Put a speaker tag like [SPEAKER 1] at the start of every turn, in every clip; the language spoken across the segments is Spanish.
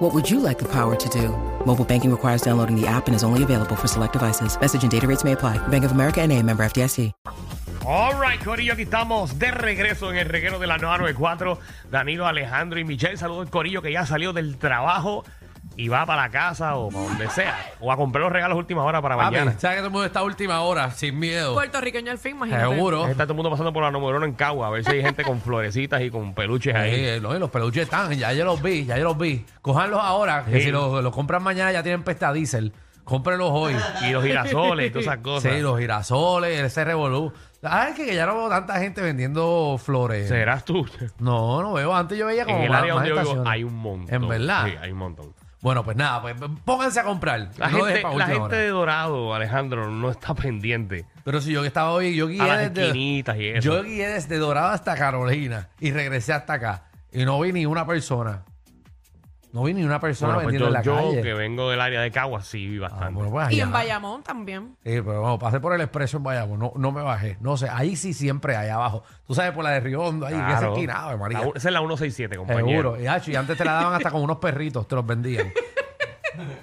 [SPEAKER 1] What would you like the power to do? Mobile banking requires downloading the app and is only available for select devices. Message and data rates may apply. Bank of America and a member FDIC.
[SPEAKER 2] All right, Corillo, aquí estamos de regreso en el reguero de la 994. Danilo, Alejandro y Michelle. Saludos al Corillo que ya salió del trabajo y va para la casa o para donde sea. O a comprar los regalos última hora para
[SPEAKER 3] Papi,
[SPEAKER 2] mañana.
[SPEAKER 3] ¿sabes que todo el mundo está a última hora? Sin miedo.
[SPEAKER 4] puertorriqueño al fin, imagínate.
[SPEAKER 3] Seguro.
[SPEAKER 2] Está todo el mundo pasando por la número uno en Cagua. A ver si hay gente con florecitas y con peluches
[SPEAKER 3] Sí,
[SPEAKER 2] ahí.
[SPEAKER 3] eh, no, y los peluches están, ya yo los vi, ya yo los vi. Cojanlos ahora, que
[SPEAKER 2] Sí.
[SPEAKER 3] si los, los compran mañana ya tienen pesta diésel. Cómprenlos hoy.
[SPEAKER 2] Y los girasoles y todas esas cosas.
[SPEAKER 3] Sí, los girasoles, ese revolú. ¿Sabes qué? que ya no veo tanta gente vendiendo flores?
[SPEAKER 2] Serás tú.
[SPEAKER 3] No, no veo. Antes yo veía como
[SPEAKER 2] En el
[SPEAKER 3] más-
[SPEAKER 2] área
[SPEAKER 3] más
[SPEAKER 2] donde yo vivo
[SPEAKER 3] estaciones.
[SPEAKER 2] hay un montón.
[SPEAKER 3] En verdad.
[SPEAKER 2] Sí, hay un montón.
[SPEAKER 3] Bueno, pues nada, pues pónganse a comprar.
[SPEAKER 2] La
[SPEAKER 3] no dejen
[SPEAKER 2] gente, la
[SPEAKER 3] para última
[SPEAKER 2] gente
[SPEAKER 3] hora.
[SPEAKER 2] de Dorado, Alejandro, no está pendiente
[SPEAKER 3] Pero si yo que estaba hoy, yo guié
[SPEAKER 2] a las
[SPEAKER 3] desde.
[SPEAKER 2] esquinitas y eso.
[SPEAKER 3] Yo guié desde Dorado hasta Carolina y regresé hasta acá. Y no vi ni una persona. No vi ni una persona
[SPEAKER 2] Bueno, pues
[SPEAKER 3] vendiendo
[SPEAKER 2] yo,
[SPEAKER 3] en la
[SPEAKER 2] yo
[SPEAKER 3] calle.
[SPEAKER 2] que vengo del área de Cagua, sí vi
[SPEAKER 3] Ah,
[SPEAKER 2] bastante.
[SPEAKER 3] bueno, pues allá.
[SPEAKER 4] Y en Bayamón también.
[SPEAKER 3] Sí, pero vamos, pasé por el expreso en Bayamón. No, no me bajé. No sé, ahí sí siempre, allá abajo. Tú sabes, por la de Riondo, ahí, que esa
[SPEAKER 2] Claro.
[SPEAKER 3] esquina, Ave María.
[SPEAKER 2] La un- esa es la 167, compañero.
[SPEAKER 3] Seguro. Y, hacho, y antes te la daban hasta con unos perritos, te los vendían.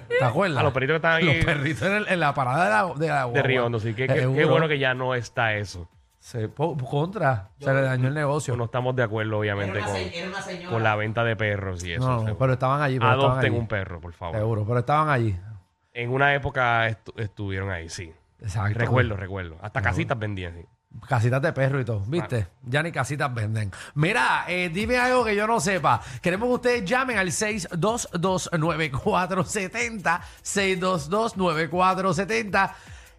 [SPEAKER 3] ¿Te acuerdas?
[SPEAKER 2] A Ah, los perritos que estaban ahí-
[SPEAKER 3] Los perritos en, el- en la parada de la, de la
[SPEAKER 2] De
[SPEAKER 3] guagua.
[SPEAKER 2] Riondo, sí. Qué, qué- qué
[SPEAKER 3] Seguro.
[SPEAKER 2] bueno que ya no está eso.
[SPEAKER 3] Se- po- contra, se le dañó el negocio.
[SPEAKER 2] No estamos de acuerdo, obviamente, con, con la venta de perros y eso.
[SPEAKER 3] No,
[SPEAKER 2] seguro.
[SPEAKER 3] pero estaban allí. Pero estaban
[SPEAKER 2] Adopten
[SPEAKER 3] allí.
[SPEAKER 2] un perro, por favor.
[SPEAKER 3] Seguro, pero estaban allí.
[SPEAKER 2] En una época estu- estuvieron ahí, sí.
[SPEAKER 3] Exacto.
[SPEAKER 2] Recuerdo, recuerdo. Hasta casitas vendían, sí.
[SPEAKER 3] Casitas de perro y todo, ¿viste? Ya ni casitas venden. Mira, eh, dime algo que yo no sepa. Queremos que ustedes llamen al 6229470, 6229470.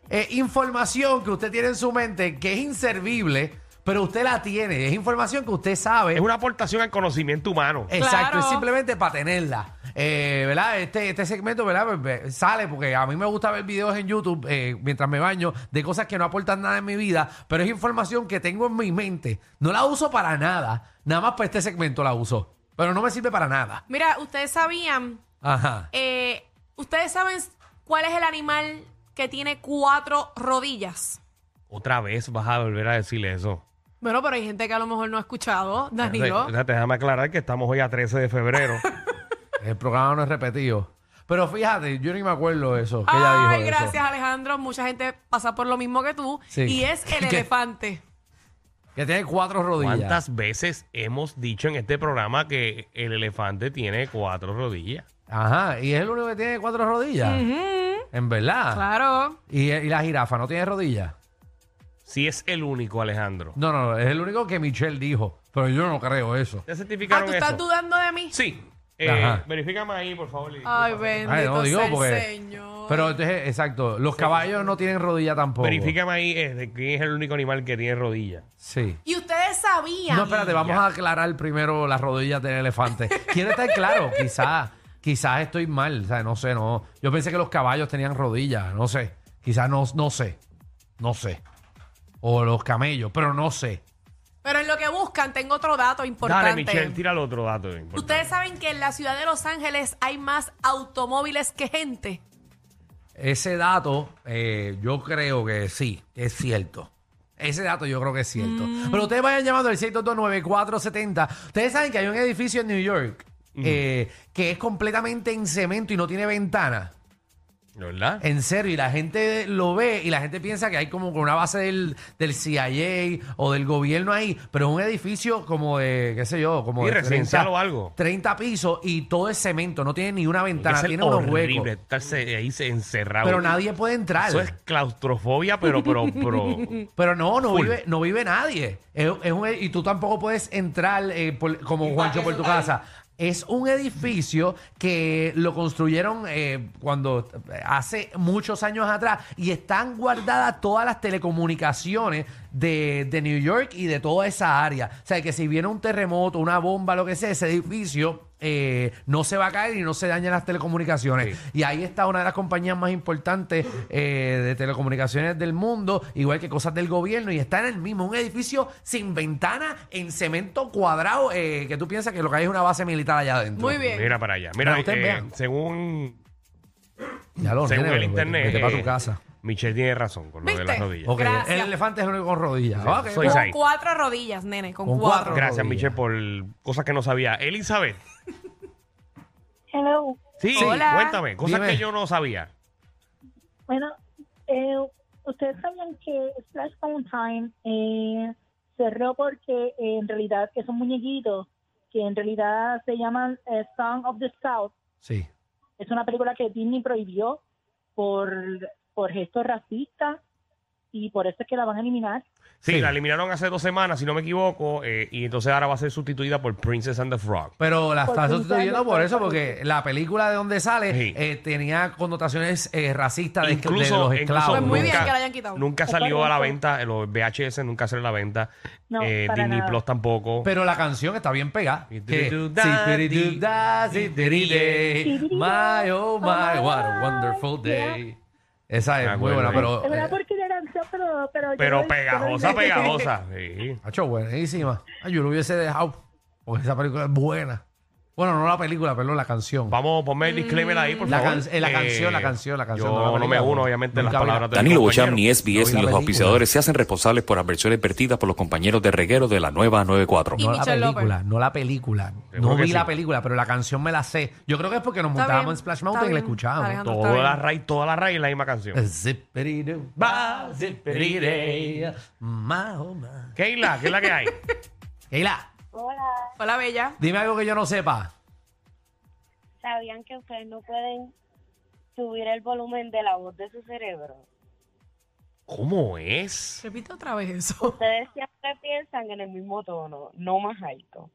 [SPEAKER 3] Eh, información que usted tiene en su mente que es inservible, pero usted la tiene. Es información que usted sabe.
[SPEAKER 2] Es una aportación al conocimiento humano.
[SPEAKER 3] Exacto,
[SPEAKER 4] Claro.
[SPEAKER 3] es simplemente para tenerla. Eh, ¿Verdad? Este, este segmento, ¿verdad? Pues, ve- Sale porque a mí me gusta ver videos en YouTube eh, mientras me baño de cosas que no aportan nada en mi vida, pero es información que tengo en mi mente. No la uso para nada. Nada más para este segmento la uso. Pero no me sirve para nada.
[SPEAKER 4] Mira, ustedes sabían,
[SPEAKER 3] Ajá.
[SPEAKER 4] eh, ustedes saben cuál es el animal que tiene cuatro rodillas.
[SPEAKER 2] Otra vez vas a volver a decirle eso.
[SPEAKER 4] Bueno, pero hay gente que a lo mejor no ha escuchado, Danilo.
[SPEAKER 2] O sea, te déjame aclarar que estamos hoy a 13 de febrero.
[SPEAKER 3] El programa no es repetido. Pero fíjate, yo ni me acuerdo de eso. Que ella dijo
[SPEAKER 4] Ay,
[SPEAKER 3] de
[SPEAKER 4] gracias
[SPEAKER 3] eso.
[SPEAKER 4] Alejandro. Mucha gente pasa por lo mismo que tú.
[SPEAKER 3] Sí.
[SPEAKER 4] Y es el
[SPEAKER 3] ¿Qué?
[SPEAKER 4] elefante.
[SPEAKER 3] Que tiene cuatro rodillas.
[SPEAKER 2] ¿Cuántas veces hemos dicho en este programa que el elefante tiene cuatro rodillas?
[SPEAKER 3] Ajá. Y es el único que tiene cuatro rodillas. En verdad.
[SPEAKER 4] Claro. Ah,
[SPEAKER 3] ¿Y, y la jirafa no tiene rodillas.
[SPEAKER 2] Si es el único, Alejandro.
[SPEAKER 3] No, no, no, es el único que Michelle dijo, pero yo no creo eso.
[SPEAKER 2] ¿Te
[SPEAKER 4] Ah,
[SPEAKER 2] certificaron
[SPEAKER 4] ¿tú estás
[SPEAKER 2] eso?
[SPEAKER 4] dudando de mí?
[SPEAKER 2] Sí. Eh,
[SPEAKER 3] Ajá.
[SPEAKER 2] verifícame ahí, por favor. y-
[SPEAKER 4] Ay,
[SPEAKER 2] por favor.
[SPEAKER 4] bendito
[SPEAKER 3] Ay, no digo
[SPEAKER 4] sea el
[SPEAKER 3] porque-
[SPEAKER 4] Señor.
[SPEAKER 3] Pero entonces, exacto, los caballos no tienen rodilla tampoco.
[SPEAKER 2] Verifícame ahí eh, de quién es el único animal que tiene rodillas.
[SPEAKER 3] Sí.
[SPEAKER 4] Y ustedes sabían.
[SPEAKER 3] No, espérate, vamos a aclarar primero las rodillas del elefante. Quiero estar claro, quizás, quizás estoy mal, o sea, no sé, no. Yo pensé que los caballos tenían rodillas, no sé. Quizás no, no sé, no sé. O los camellos, pero no sé.
[SPEAKER 4] Pero en lo que buscan, tengo otro dato importante.
[SPEAKER 2] Dale, Michelle, tira el otro dato. eh, importante.
[SPEAKER 4] Ustedes saben que en la ciudad de Los Ángeles hay más automóviles que gente.
[SPEAKER 3] Ese dato, eh, yo creo que sí, es cierto. Ese dato yo creo que es cierto.
[SPEAKER 2] Mm.
[SPEAKER 3] Pero ustedes vayan llamando al 6229470. Ustedes saben que hay un edificio en New York eh, que es completamente en cemento y no tiene ventana.
[SPEAKER 2] ¿Verdad?
[SPEAKER 3] En serio, y la gente lo ve y la gente piensa que hay como una base del, del CIA o del gobierno ahí, pero es un edificio como de, qué sé yo, como
[SPEAKER 2] Sí,
[SPEAKER 3] de
[SPEAKER 2] residencial o algo.
[SPEAKER 3] 30 pisos y todo es cemento, no tiene ni una ventana,
[SPEAKER 2] Es el
[SPEAKER 3] tiene unos
[SPEAKER 2] horrible
[SPEAKER 3] huecos.
[SPEAKER 2] estarse ahí se- encerrado.
[SPEAKER 3] Pero nadie puede entrar.
[SPEAKER 2] Eso es claustrofobia, pero, pero, pero.
[SPEAKER 3] Pero no, no
[SPEAKER 2] Full.
[SPEAKER 3] vive, no vive nadie. Es- es un ed- y tú tampoco puedes entrar eh, por- como Juancho por tu casa. Es un edificio que lo construyeron eh, cuando hace muchos años atrás y están guardadas todas las telecomunicaciones de, de New York y de toda esa área. O sea, que si viene un terremoto, una bomba, lo que sea, ese edificio eh, no se va a caer y no se dañen las telecomunicaciones. Y ahí está una de las compañías más importantes eh, de telecomunicaciones del mundo, igual que cosas del gobierno, y está en el mismo, un edificio sin ventana, en cemento cuadrado, eh, que tú piensas que lo que hay es una base militar allá adentro.
[SPEAKER 4] Muy bien.
[SPEAKER 2] Mira para allá. Mira,
[SPEAKER 3] Para ustedes
[SPEAKER 2] eh,
[SPEAKER 3] vean.
[SPEAKER 2] según,
[SPEAKER 3] Ya lo,
[SPEAKER 2] según
[SPEAKER 3] nene,
[SPEAKER 2] el
[SPEAKER 3] vete-
[SPEAKER 2] internet.
[SPEAKER 3] Vete para
[SPEAKER 2] eh,
[SPEAKER 3] tu casa.
[SPEAKER 2] Michelle tiene razón con lo de
[SPEAKER 4] ¿Viste?
[SPEAKER 2] las rodillas.
[SPEAKER 3] Ok,
[SPEAKER 4] Gracias.
[SPEAKER 3] el elefante es el único con rodillas.
[SPEAKER 2] Sí,
[SPEAKER 3] Ok,
[SPEAKER 2] soy
[SPEAKER 3] pues,
[SPEAKER 2] Isa-
[SPEAKER 4] Con
[SPEAKER 2] Ahí.
[SPEAKER 4] cuatro rodillas, nene, con,
[SPEAKER 3] Con
[SPEAKER 4] cuatro.
[SPEAKER 3] cuatro.
[SPEAKER 2] Gracias,
[SPEAKER 3] rodillas.
[SPEAKER 2] Michelle, por cosas que no sabía. Elizabeth.
[SPEAKER 5] Hello.
[SPEAKER 2] Sí,
[SPEAKER 4] Hola.
[SPEAKER 2] cuéntame, cosas
[SPEAKER 3] Dime.
[SPEAKER 2] que yo no sabía.
[SPEAKER 5] Bueno, eh, ustedes sabían que Splash Mountain eh, cerró porque eh, en realidad es un muñequito que en realidad se llaman eh, Song of the South.
[SPEAKER 3] Sí.
[SPEAKER 5] Es una película que Disney prohibió por, por gestos racistas y por eso es que la van a eliminar.
[SPEAKER 2] Sí,
[SPEAKER 3] Sí.
[SPEAKER 2] la eliminaron hace dos semanas, si no me equivoco, eh, y entonces ahora va a ser sustituida por Princess and the Frog.
[SPEAKER 3] Pero la
[SPEAKER 5] Por
[SPEAKER 3] está
[SPEAKER 5] quince
[SPEAKER 3] sustituyendo
[SPEAKER 5] años,
[SPEAKER 3] por
[SPEAKER 5] por
[SPEAKER 3] eso,
[SPEAKER 5] eso.
[SPEAKER 3] porque la película de donde sale
[SPEAKER 2] Sí.
[SPEAKER 3] eh, tenía connotaciones eh, racistas de, de
[SPEAKER 2] Incluso,
[SPEAKER 3] los
[SPEAKER 2] incluso
[SPEAKER 3] esclavos.
[SPEAKER 4] Pues muy bien
[SPEAKER 2] nunca-
[SPEAKER 4] que la hayan quitado.
[SPEAKER 2] Nunca
[SPEAKER 5] Es
[SPEAKER 2] salió a la
[SPEAKER 5] correcto.
[SPEAKER 2] venta, eh, los VHS nunca salieron a la venta,
[SPEAKER 5] No,
[SPEAKER 2] eh,
[SPEAKER 5] para
[SPEAKER 2] Disney
[SPEAKER 5] nada.
[SPEAKER 2] Plus tampoco.
[SPEAKER 3] Pero la canción está bien pegada.
[SPEAKER 2] Y
[SPEAKER 3] Que-
[SPEAKER 2] do do da,
[SPEAKER 3] Sí, do do da, sí, do do day. My oh my, what a wonderful day. Esa
[SPEAKER 2] Me
[SPEAKER 3] es muy
[SPEAKER 2] acuerdo,
[SPEAKER 3] buena,
[SPEAKER 2] ¿eh?
[SPEAKER 3] pero.
[SPEAKER 5] Es verdad
[SPEAKER 3] eh,
[SPEAKER 5] porque la canción, pero... Pero, yo
[SPEAKER 2] Pero
[SPEAKER 5] no- yo no
[SPEAKER 2] pegajosa,
[SPEAKER 5] inventé.
[SPEAKER 2] pegajosa. Sí.
[SPEAKER 3] Hacho, buenísima. Ay, yo lo hubiese dejado. Porque esa película es buena. Bueno, no la película, perdón, la canción.
[SPEAKER 2] Vamos, ponme el disclaimer ahí, por
[SPEAKER 3] La,
[SPEAKER 2] favor.
[SPEAKER 3] can- eh, la
[SPEAKER 2] Eh,
[SPEAKER 3] canción, la canción, la canción.
[SPEAKER 2] Yo
[SPEAKER 3] la
[SPEAKER 2] no me
[SPEAKER 3] película.
[SPEAKER 2] uno, obviamente, a las
[SPEAKER 3] Nunca vi la-
[SPEAKER 2] palabras de mi
[SPEAKER 6] Danilo Bocham,
[SPEAKER 2] compañero.
[SPEAKER 6] ni
[SPEAKER 3] No
[SPEAKER 6] SBS
[SPEAKER 3] vi
[SPEAKER 6] ni
[SPEAKER 3] la
[SPEAKER 6] los
[SPEAKER 3] película.
[SPEAKER 6] auspiciadores se hacen responsables por adversiones vertidas por los compañeros de reguero de la nueva 94.
[SPEAKER 4] Y
[SPEAKER 3] No la
[SPEAKER 4] Michelle
[SPEAKER 3] película, no la película.
[SPEAKER 2] Seguro
[SPEAKER 3] no
[SPEAKER 2] que
[SPEAKER 3] vi
[SPEAKER 2] sí.
[SPEAKER 3] la película, pero la canción me la sé. Yo creo que es porque nos
[SPEAKER 4] Está
[SPEAKER 3] montábamos
[SPEAKER 4] bien,
[SPEAKER 3] en Splash
[SPEAKER 4] está
[SPEAKER 3] Mountain y la
[SPEAKER 4] bien,
[SPEAKER 3] escuchábamos.
[SPEAKER 4] Alejandro.
[SPEAKER 2] Toda la raíz, toda la raíz, la misma canción.
[SPEAKER 3] Zipperidoo, ba, zipperidee, ma, oh, ma.
[SPEAKER 2] Keila, ¿qué es la que hay?
[SPEAKER 3] Keila,
[SPEAKER 7] Hola,
[SPEAKER 4] Hola, bella.
[SPEAKER 3] dime algo que yo no sepa.
[SPEAKER 7] ¿sabían que ustedes no pueden subir el volumen de la voz de su cerebro?
[SPEAKER 2] ¿Cómo es?
[SPEAKER 4] Repite otra vez eso.
[SPEAKER 7] Ustedes siempre piensan en el mismo tono, no más alto.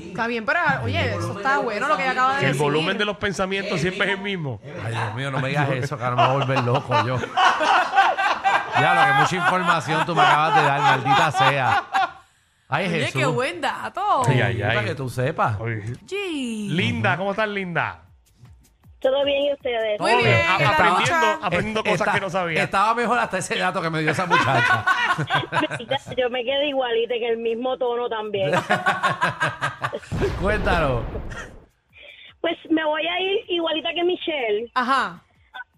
[SPEAKER 4] Está bien, pero oye, eso está bueno lo que ella acaba de
[SPEAKER 2] Que el
[SPEAKER 4] decir.
[SPEAKER 2] volumen de los pensamientos siempre es el mismo.
[SPEAKER 3] Ay, Dios mío, no me digas eso, que ahora me voy a volver loco yo. Ya, lo que mucha información tú me acabas de dar, maldita sea. Ay,
[SPEAKER 4] Oye,
[SPEAKER 3] Jesús.
[SPEAKER 4] qué buen dato.
[SPEAKER 2] Ay, ay,
[SPEAKER 3] Para
[SPEAKER 2] ay.
[SPEAKER 3] que tú sepas.
[SPEAKER 2] Oye,
[SPEAKER 4] Gee.
[SPEAKER 2] Linda, ¿cómo estás, Linda?
[SPEAKER 7] ¿Todo bien y ustedes?
[SPEAKER 4] Muy bien.
[SPEAKER 2] Ah,
[SPEAKER 4] la
[SPEAKER 2] aprendiendo,
[SPEAKER 4] lucha.
[SPEAKER 2] aprendiendo
[SPEAKER 3] Eh,
[SPEAKER 2] cosas
[SPEAKER 3] está-
[SPEAKER 2] que no sabía.
[SPEAKER 3] Estaba mejor hasta ese dato que me dio esa muchacha.
[SPEAKER 7] Ya, Yo me quedé igualita que el mismo tono también.
[SPEAKER 3] Cuéntalo.
[SPEAKER 7] Pues me voy a ir igualita que Michelle.
[SPEAKER 4] Ajá.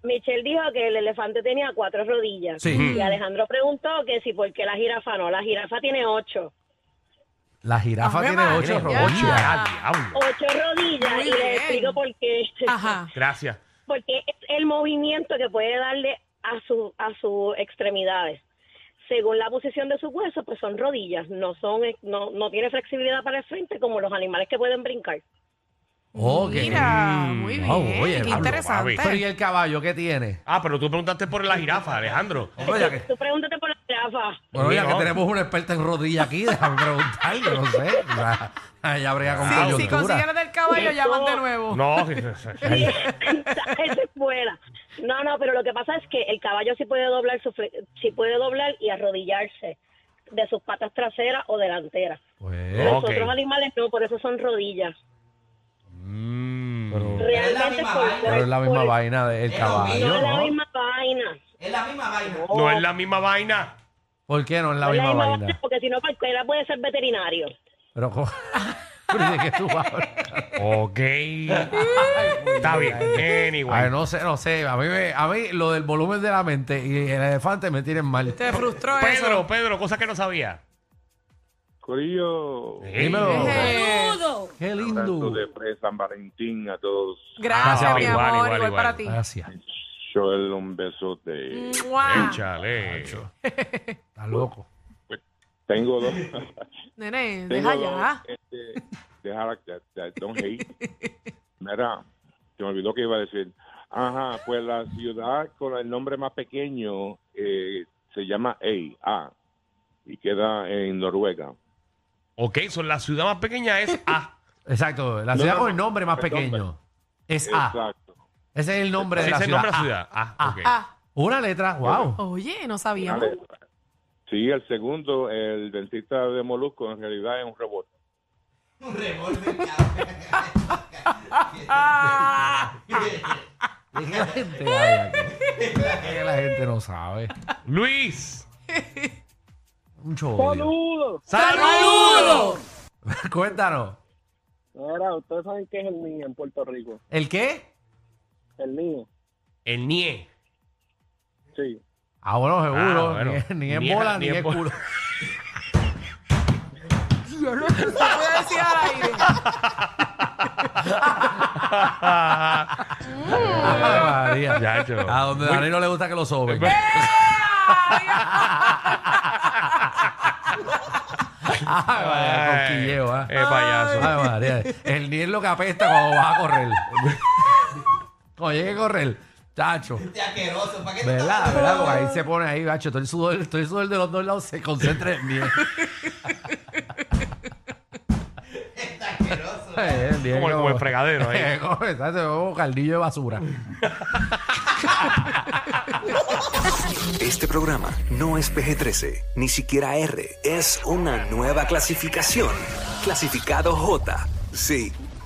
[SPEAKER 7] Michelle dijo que el elefante tenía cuatro rodillas.
[SPEAKER 3] Sí.
[SPEAKER 7] Y Alejandro preguntó que si por qué la jirafa no. La jirafa tiene ocho.
[SPEAKER 3] La jirafa
[SPEAKER 4] Ave
[SPEAKER 3] tiene
[SPEAKER 4] María.
[SPEAKER 3] ocho
[SPEAKER 4] Oye,
[SPEAKER 2] Oye,
[SPEAKER 3] rodillas.
[SPEAKER 2] al ah, diablo.
[SPEAKER 7] Ocho rodillas.
[SPEAKER 4] Muy
[SPEAKER 7] y
[SPEAKER 4] bien.
[SPEAKER 7] les explico por qué.
[SPEAKER 4] Ajá.
[SPEAKER 2] Gracias.
[SPEAKER 7] porque es el movimiento que puede darle a su a sus extremidades. Según la posición de sus huesos, pues son rodillas, no son no, no tiene flexibilidad para el frente como los animales que pueden brincar.
[SPEAKER 3] Ok.
[SPEAKER 4] Mira, muy bien.
[SPEAKER 3] Wow, oye,
[SPEAKER 4] qué
[SPEAKER 3] Pablo,
[SPEAKER 4] interesante.
[SPEAKER 3] Oh, Pero ¿y el caballo qué tiene?
[SPEAKER 2] Ah, pero tú preguntaste por la jirafa, Alejandro.
[SPEAKER 3] Hombre, ya que-
[SPEAKER 7] Tú pregúntate por la jirafa.
[SPEAKER 3] Bueno, ya
[SPEAKER 2] Sí,
[SPEAKER 3] que
[SPEAKER 2] ¿no?
[SPEAKER 3] tenemos una experta en rodilla aquí, déjame preguntarle, no sé. O sea, Ella brega con
[SPEAKER 4] Sí, si
[SPEAKER 3] coyuntura.
[SPEAKER 4] consiguen la del caballo, llaman de nuevo.
[SPEAKER 2] No,
[SPEAKER 7] Esa es buena. No, no, pero lo que pasa es que el caballo sí puede doblar su fle- sí puede doblar y arrodillarse de sus patas traseras o delanteras.
[SPEAKER 3] Pues,
[SPEAKER 7] Los
[SPEAKER 2] Ok.
[SPEAKER 7] otros animales no, por eso son rodillas.
[SPEAKER 2] Mm.
[SPEAKER 3] pero,
[SPEAKER 7] Realmente por-
[SPEAKER 3] pero es la misma
[SPEAKER 7] por-
[SPEAKER 3] vaina del caballo,
[SPEAKER 7] No es la
[SPEAKER 3] ¿no?
[SPEAKER 7] misma vaina.
[SPEAKER 2] no es la misma vaina.
[SPEAKER 3] ¿Por qué no es la
[SPEAKER 7] No es la
[SPEAKER 3] misma
[SPEAKER 7] misma
[SPEAKER 3] vaina?
[SPEAKER 7] vaina, porque si no cualquiera puede ser veterinario.
[SPEAKER 3] Pero, ¿cómo? ¿Pero de qué tú hablas?
[SPEAKER 2] Ok. Está bien. Anyway.
[SPEAKER 3] Ay, no sé, no sé. A mí, me- a mí lo del volumen de la mente y el elefante me tienen mal.
[SPEAKER 4] Te frustró
[SPEAKER 2] Pedro,
[SPEAKER 4] eso.
[SPEAKER 2] Pedro, cosas que no sabía.
[SPEAKER 8] Corillo,
[SPEAKER 3] Dímelo.
[SPEAKER 4] Eh,
[SPEAKER 3] Qué
[SPEAKER 8] abrazo
[SPEAKER 3] lindo.
[SPEAKER 8] de pre-San Valentín a todos.
[SPEAKER 4] Gracias,
[SPEAKER 3] Ah,
[SPEAKER 4] mi
[SPEAKER 2] igual,
[SPEAKER 4] amor. Igual,
[SPEAKER 2] igual, igual.
[SPEAKER 4] para ti.
[SPEAKER 3] Gracias.
[SPEAKER 8] Joel, un besote.
[SPEAKER 4] ¡Mua!
[SPEAKER 2] Échale.
[SPEAKER 3] Está loco.
[SPEAKER 8] Tengo dos.
[SPEAKER 4] Nene,
[SPEAKER 8] tengo
[SPEAKER 4] deja
[SPEAKER 8] dos,
[SPEAKER 4] ya.
[SPEAKER 8] este, deja la- la- don't hate. Mira, se me olvidó que iba a decir. Ajá, pues la ciudad con el nombre más pequeño eh, se llama Ey, A, y queda en Noruega.
[SPEAKER 2] Ok, son la ciudad más pequeña es A.
[SPEAKER 3] Exacto. La
[SPEAKER 8] No,
[SPEAKER 3] ciudad
[SPEAKER 8] no,
[SPEAKER 3] con el nombre más
[SPEAKER 8] el nombre.
[SPEAKER 3] pequeño. Es A.
[SPEAKER 8] Exacto.
[SPEAKER 3] Ese es el nombre de
[SPEAKER 2] Ese
[SPEAKER 3] la
[SPEAKER 2] es el
[SPEAKER 3] ciudad.
[SPEAKER 2] nombre de la
[SPEAKER 3] A.
[SPEAKER 2] ciudad. Ah,
[SPEAKER 3] Ah,
[SPEAKER 2] ok.
[SPEAKER 4] Ah,
[SPEAKER 3] Una letra, wow.
[SPEAKER 4] oye, no sabíamos.
[SPEAKER 8] Dale. Sí, el segundo, el dentista de Molusco, en realidad es un robot.
[SPEAKER 9] Un revólver, cabrón.
[SPEAKER 3] La gente vaya que la gente no sabe.
[SPEAKER 2] Luis.
[SPEAKER 3] Mucho odio.
[SPEAKER 10] ¡Saludos!
[SPEAKER 2] ¡Saludos!
[SPEAKER 3] Cuéntanos.
[SPEAKER 10] Ahora, ustedes saben qué es el niño en Puerto Rico.
[SPEAKER 3] ¿El qué?
[SPEAKER 10] El niño,
[SPEAKER 2] El NIE.
[SPEAKER 10] sí.
[SPEAKER 3] Ah, bueno, seguro.
[SPEAKER 2] Ah, bueno.
[SPEAKER 3] Ni, ni en
[SPEAKER 2] Ni en-
[SPEAKER 3] bola
[SPEAKER 2] ni
[SPEAKER 3] ni,
[SPEAKER 2] en
[SPEAKER 3] en
[SPEAKER 2] bola.
[SPEAKER 3] culo.
[SPEAKER 4] Yo no sé, voy a decir al aire.
[SPEAKER 3] Ay, María.
[SPEAKER 2] Ya, yo.
[SPEAKER 3] A donde Danilo le gusta que lo soben.
[SPEAKER 4] ¡Eh,
[SPEAKER 3] Ay, María, cosquilleo, ¿eh?
[SPEAKER 2] Ah, Eh, payaso.
[SPEAKER 3] Ay, María. El niño es lo que apesta cuando vas a correr. Cuando llegue a correr, chacho.
[SPEAKER 9] Qué asqueroso, ¿para qué te
[SPEAKER 3] ¿Verdad? ¿Verdad? Porque ahí se pone ahí, macho. Todo el sudor, todo el sudor de los dos lados se concentra en el niño.
[SPEAKER 9] Está asqueroso.
[SPEAKER 3] El niño
[SPEAKER 2] Como el- como el fregadero ahí.
[SPEAKER 3] Eh, como- ¿sabes? Se ve como caldillo de basura.
[SPEAKER 11] Este programa no es PG-13, ni siquiera R. Es una nueva clasificación. Clasificado J. Sí.